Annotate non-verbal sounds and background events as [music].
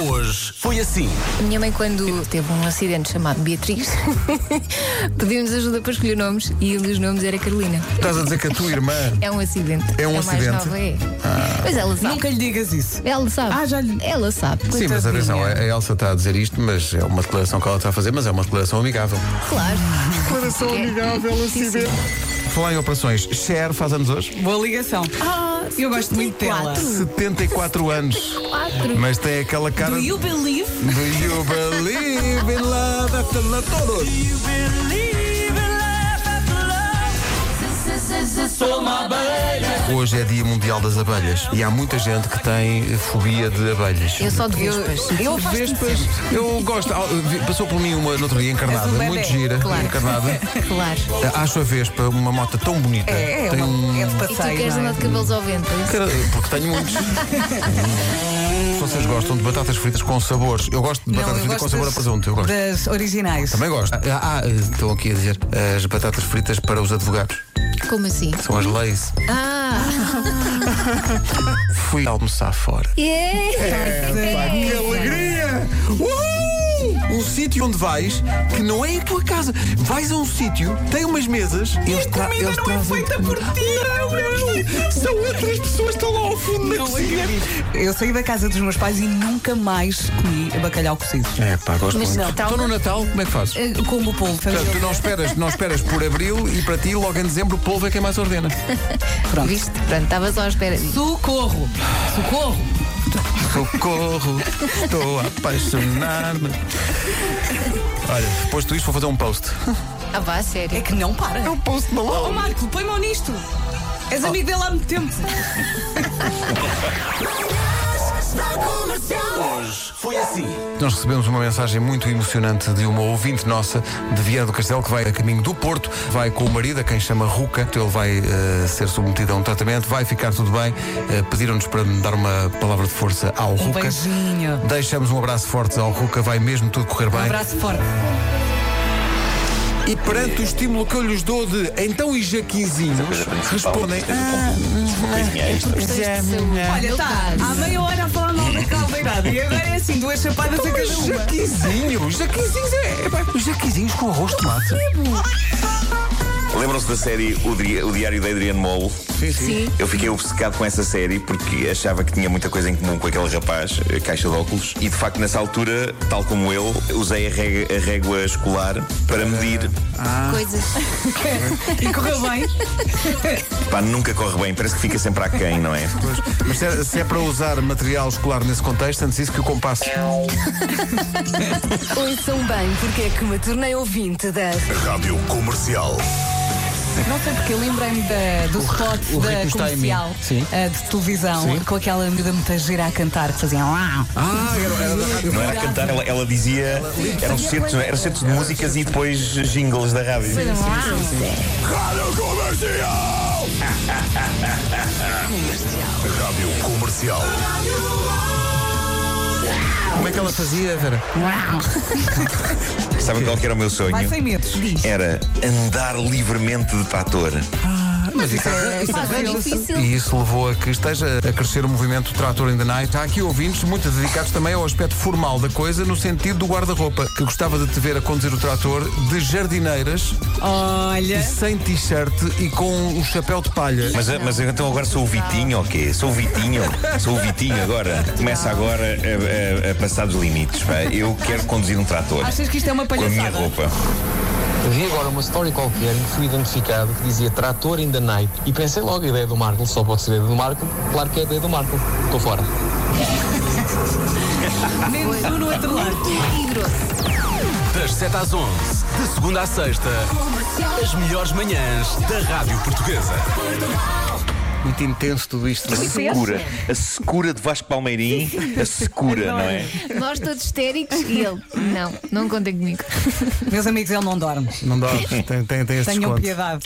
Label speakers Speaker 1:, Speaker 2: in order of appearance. Speaker 1: hoje foi assim.
Speaker 2: A minha mãe, quando teve um acidente chamado
Speaker 3: [laughs]
Speaker 2: Beatriz, pediu-nos ajuda para escolher nomes e um dos nomes era Carolina.
Speaker 1: Estás a dizer que a tua irmã.
Speaker 2: É um acidente.
Speaker 1: É um
Speaker 2: a
Speaker 1: acidente? Ah.
Speaker 2: Mais nova, é. Mas ela sabe.
Speaker 3: Nunca lhe digas isso.
Speaker 2: Ela sabe.
Speaker 3: Ah, já lhe-
Speaker 2: Ela sabe.
Speaker 1: Sim, mas
Speaker 3: Coitadinha.
Speaker 1: atenção, a a Elsa está a dizer isto, mas é uma declaração que ela está a fazer, mas é uma declaração amigável.
Speaker 2: Claro.
Speaker 1: Declaração
Speaker 2: É.
Speaker 1: amigável, acidente. Falar em operações, Cher faz anos hoje?
Speaker 3: Boa ligação.
Speaker 2: Ah,
Speaker 3: Eu gosto muito dela.
Speaker 1: 74 anos.
Speaker 2: Quatro.
Speaker 1: Mas tem aquela cara.
Speaker 3: Do
Speaker 1: de-
Speaker 3: you believe?
Speaker 1: Do you believe in love after love? Todos! Hoje é Dia Mundial das Abelhas e há muita gente que tem eh, fobia de abelhas.
Speaker 2: Eu só de vespas.
Speaker 1: Eu vespas, eu gosto. Ah, vi- Passou por mim uma no outro dia encarnada,
Speaker 3: És um bebé.
Speaker 1: muito gira,
Speaker 2: Claro.
Speaker 3: [laughs]
Speaker 1: encarnada.
Speaker 2: Claro.
Speaker 1: É, Acho a vespa uma moto tão bonita.
Speaker 3: É, é,
Speaker 1: Tem um
Speaker 3: uma, é de
Speaker 2: E tu
Speaker 3: passeio.
Speaker 2: queres
Speaker 3: não é?
Speaker 2: andar de cabelos ao vento? é isso?
Speaker 1: Cara, Porque tenho [laughs] muitos. Se vocês gostam de batatas fritas com sabores, eu gosto de
Speaker 3: Não,
Speaker 1: batatas
Speaker 3: eu
Speaker 1: fritas com
Speaker 3: gosto
Speaker 1: sabor a
Speaker 3: das-
Speaker 1: presunto. Eu gosto.
Speaker 3: Das originais.
Speaker 1: Também gosto. Ah, ah, estão aqui a dizer as batatas fritas para os advogados.
Speaker 2: Como assim?
Speaker 1: São as leis.
Speaker 2: Ah!
Speaker 1: Fui almoçar fora.
Speaker 2: é. Yeah.
Speaker 1: Que alegria! Uhul! Um sítio onde vais que não é a tua casa. Vais a um sítio, tem umas mesas. E eles tra- eles trazem-
Speaker 3: por ti.
Speaker 1: é São outras pessoas que estão lá ao fundo é? da cozinha.
Speaker 3: Eu saí da casa dos meus pais e nunca mais comi bacalhau cozido.
Speaker 1: É, pá, gosto
Speaker 2: Mas
Speaker 1: muito.
Speaker 2: não,
Speaker 1: Estou no Natal, como é que fazes?
Speaker 3: Eh, Como o povo.
Speaker 1: Portanto, tu não esperas, não esperas por abril e para ti, logo em dezembro, o polvo é quem mais ordena.
Speaker 3: Pronto.
Speaker 2: Viste? Pronto, estava só à espera disso.
Speaker 3: Socorro! Socorro!
Speaker 1: Socorro, estou a apaixonar-me. Olha, depois de isto, vou fazer um post.
Speaker 2: Ah, vá, sério.
Speaker 3: É que não para.
Speaker 1: um post
Speaker 3: Ó
Speaker 1: maluco.
Speaker 3: Marco, põe mão nisto! És
Speaker 1: Oh.
Speaker 3: amigo dele há muito tempo.
Speaker 1: Nós recebemos uma mensagem muito emocionante de uma ouvinte nossa de Viana do Castelo que vai a caminho do Porto, vai com o marido, a quem chama Ruca. Ele vai eh, ser submetido a um tratamento, vai ficar tudo bem. Eh, Pediram-nos para dar uma palavra de força ao
Speaker 3: Um
Speaker 1: Ruca.
Speaker 3: beijinho.
Speaker 1: Deixamos um abraço forte ao Ruca, vai mesmo tudo correr
Speaker 3: Um
Speaker 1: bem.
Speaker 3: abraço forte.
Speaker 1: E perante o estímulo que eu lhes dou de então e Jaquinzinhos, respondem. "Ah,
Speaker 3: é
Speaker 2: Questões de saúde.
Speaker 3: Olha, tá, há meia hora a falar mal da caldeirada e agora é assim, duas chapadas a cada uma.
Speaker 1: Jaquizinhos, Jaquizinhos é. é pá, Os Jaquizinhos com arroz de massa.
Speaker 4: Lembram-se da série o, Dri- O Diário de Adriano Molo?
Speaker 2: Sim.
Speaker 4: Eu fiquei obcecado com essa série porque achava que tinha muita coisa em comum com aquele rapaz, eh, caixa de óculos, e de facto nessa altura, tal como eu, usei a, reg- a régua escolar para medir.
Speaker 2: Coisas.
Speaker 3: E correu bem.
Speaker 4: Pá, nunca corre bem, parece que fica sempre aquém, não é?
Speaker 1: Pois, Mas se é, se é para usar material escolar nesse contexto, antes isso que o compasso.
Speaker 5: Ouçam bem porque é que me tornei ouvinte da
Speaker 4: Rádio Comercial.
Speaker 3: Não sei porque eu lembrei-me da- do spot
Speaker 1: o
Speaker 3: da
Speaker 1: ritmo está em mim.
Speaker 3: comercial
Speaker 1: Sim.
Speaker 3: eh, de televisão com aquela miúda muita gira a cantar que fazia.
Speaker 1: Ah, era,
Speaker 4: Não era cantar, ela, ela dizia. Eram certos, eram certos de músicas e depois jingles da rádio. Rádio Comercial! Rádio Comercial.
Speaker 1: Como é que ela fazia, Vera?
Speaker 4: Sabem qual que era o meu sonho?
Speaker 3: Vai sem medos. Diz.
Speaker 4: Era andar livremente de trator.
Speaker 1: Mas isso é, isso
Speaker 2: Fácil, difícil.
Speaker 1: E isso levou a que esteja a crescer o movimento Trator in the Night. Há aqui ouvintes muito dedicados também ao aspecto formal da coisa, no sentido do guarda-roupa, que gostava de te ver a conduzir o trator de jardineiras,
Speaker 3: Olha.
Speaker 1: sem t-shirt e com um chapéu de palha.
Speaker 4: Mas, mas eu então agora sou o Vitinho ou quê? Sou o Vitinho? Sou o Vitinho agora? Começa agora a, a- a passar dos limites. pá. Eu quero conduzir um trator
Speaker 3: Achas que isto é uma
Speaker 4: com a minha
Speaker 3: palhaçada?
Speaker 4: roupa.
Speaker 6: Eu vi agora uma story qualquer em que fui identificado que dizia Trator in the Night e pensei logo, ideia do Marco, só pode ser ideia do Marco, claro que é ideia do Marco, estou fora.
Speaker 3: Menos um no outro lado.
Speaker 2: E grosso.
Speaker 7: Das 7 às 11, de segunda à sexta, as melhores manhãs da Rádio Portuguesa.
Speaker 1: Muito intenso tudo isto.
Speaker 4: A secura. A secura de Vasco Palmeirim. A secura, não é?
Speaker 2: Nós todos histéricos e ele. Não, não contem comigo.
Speaker 3: Meus amigos, ele não dorme.
Speaker 1: Não dá, tem, tem, tem esse
Speaker 3: Tenham
Speaker 1: desconto.
Speaker 3: piedade.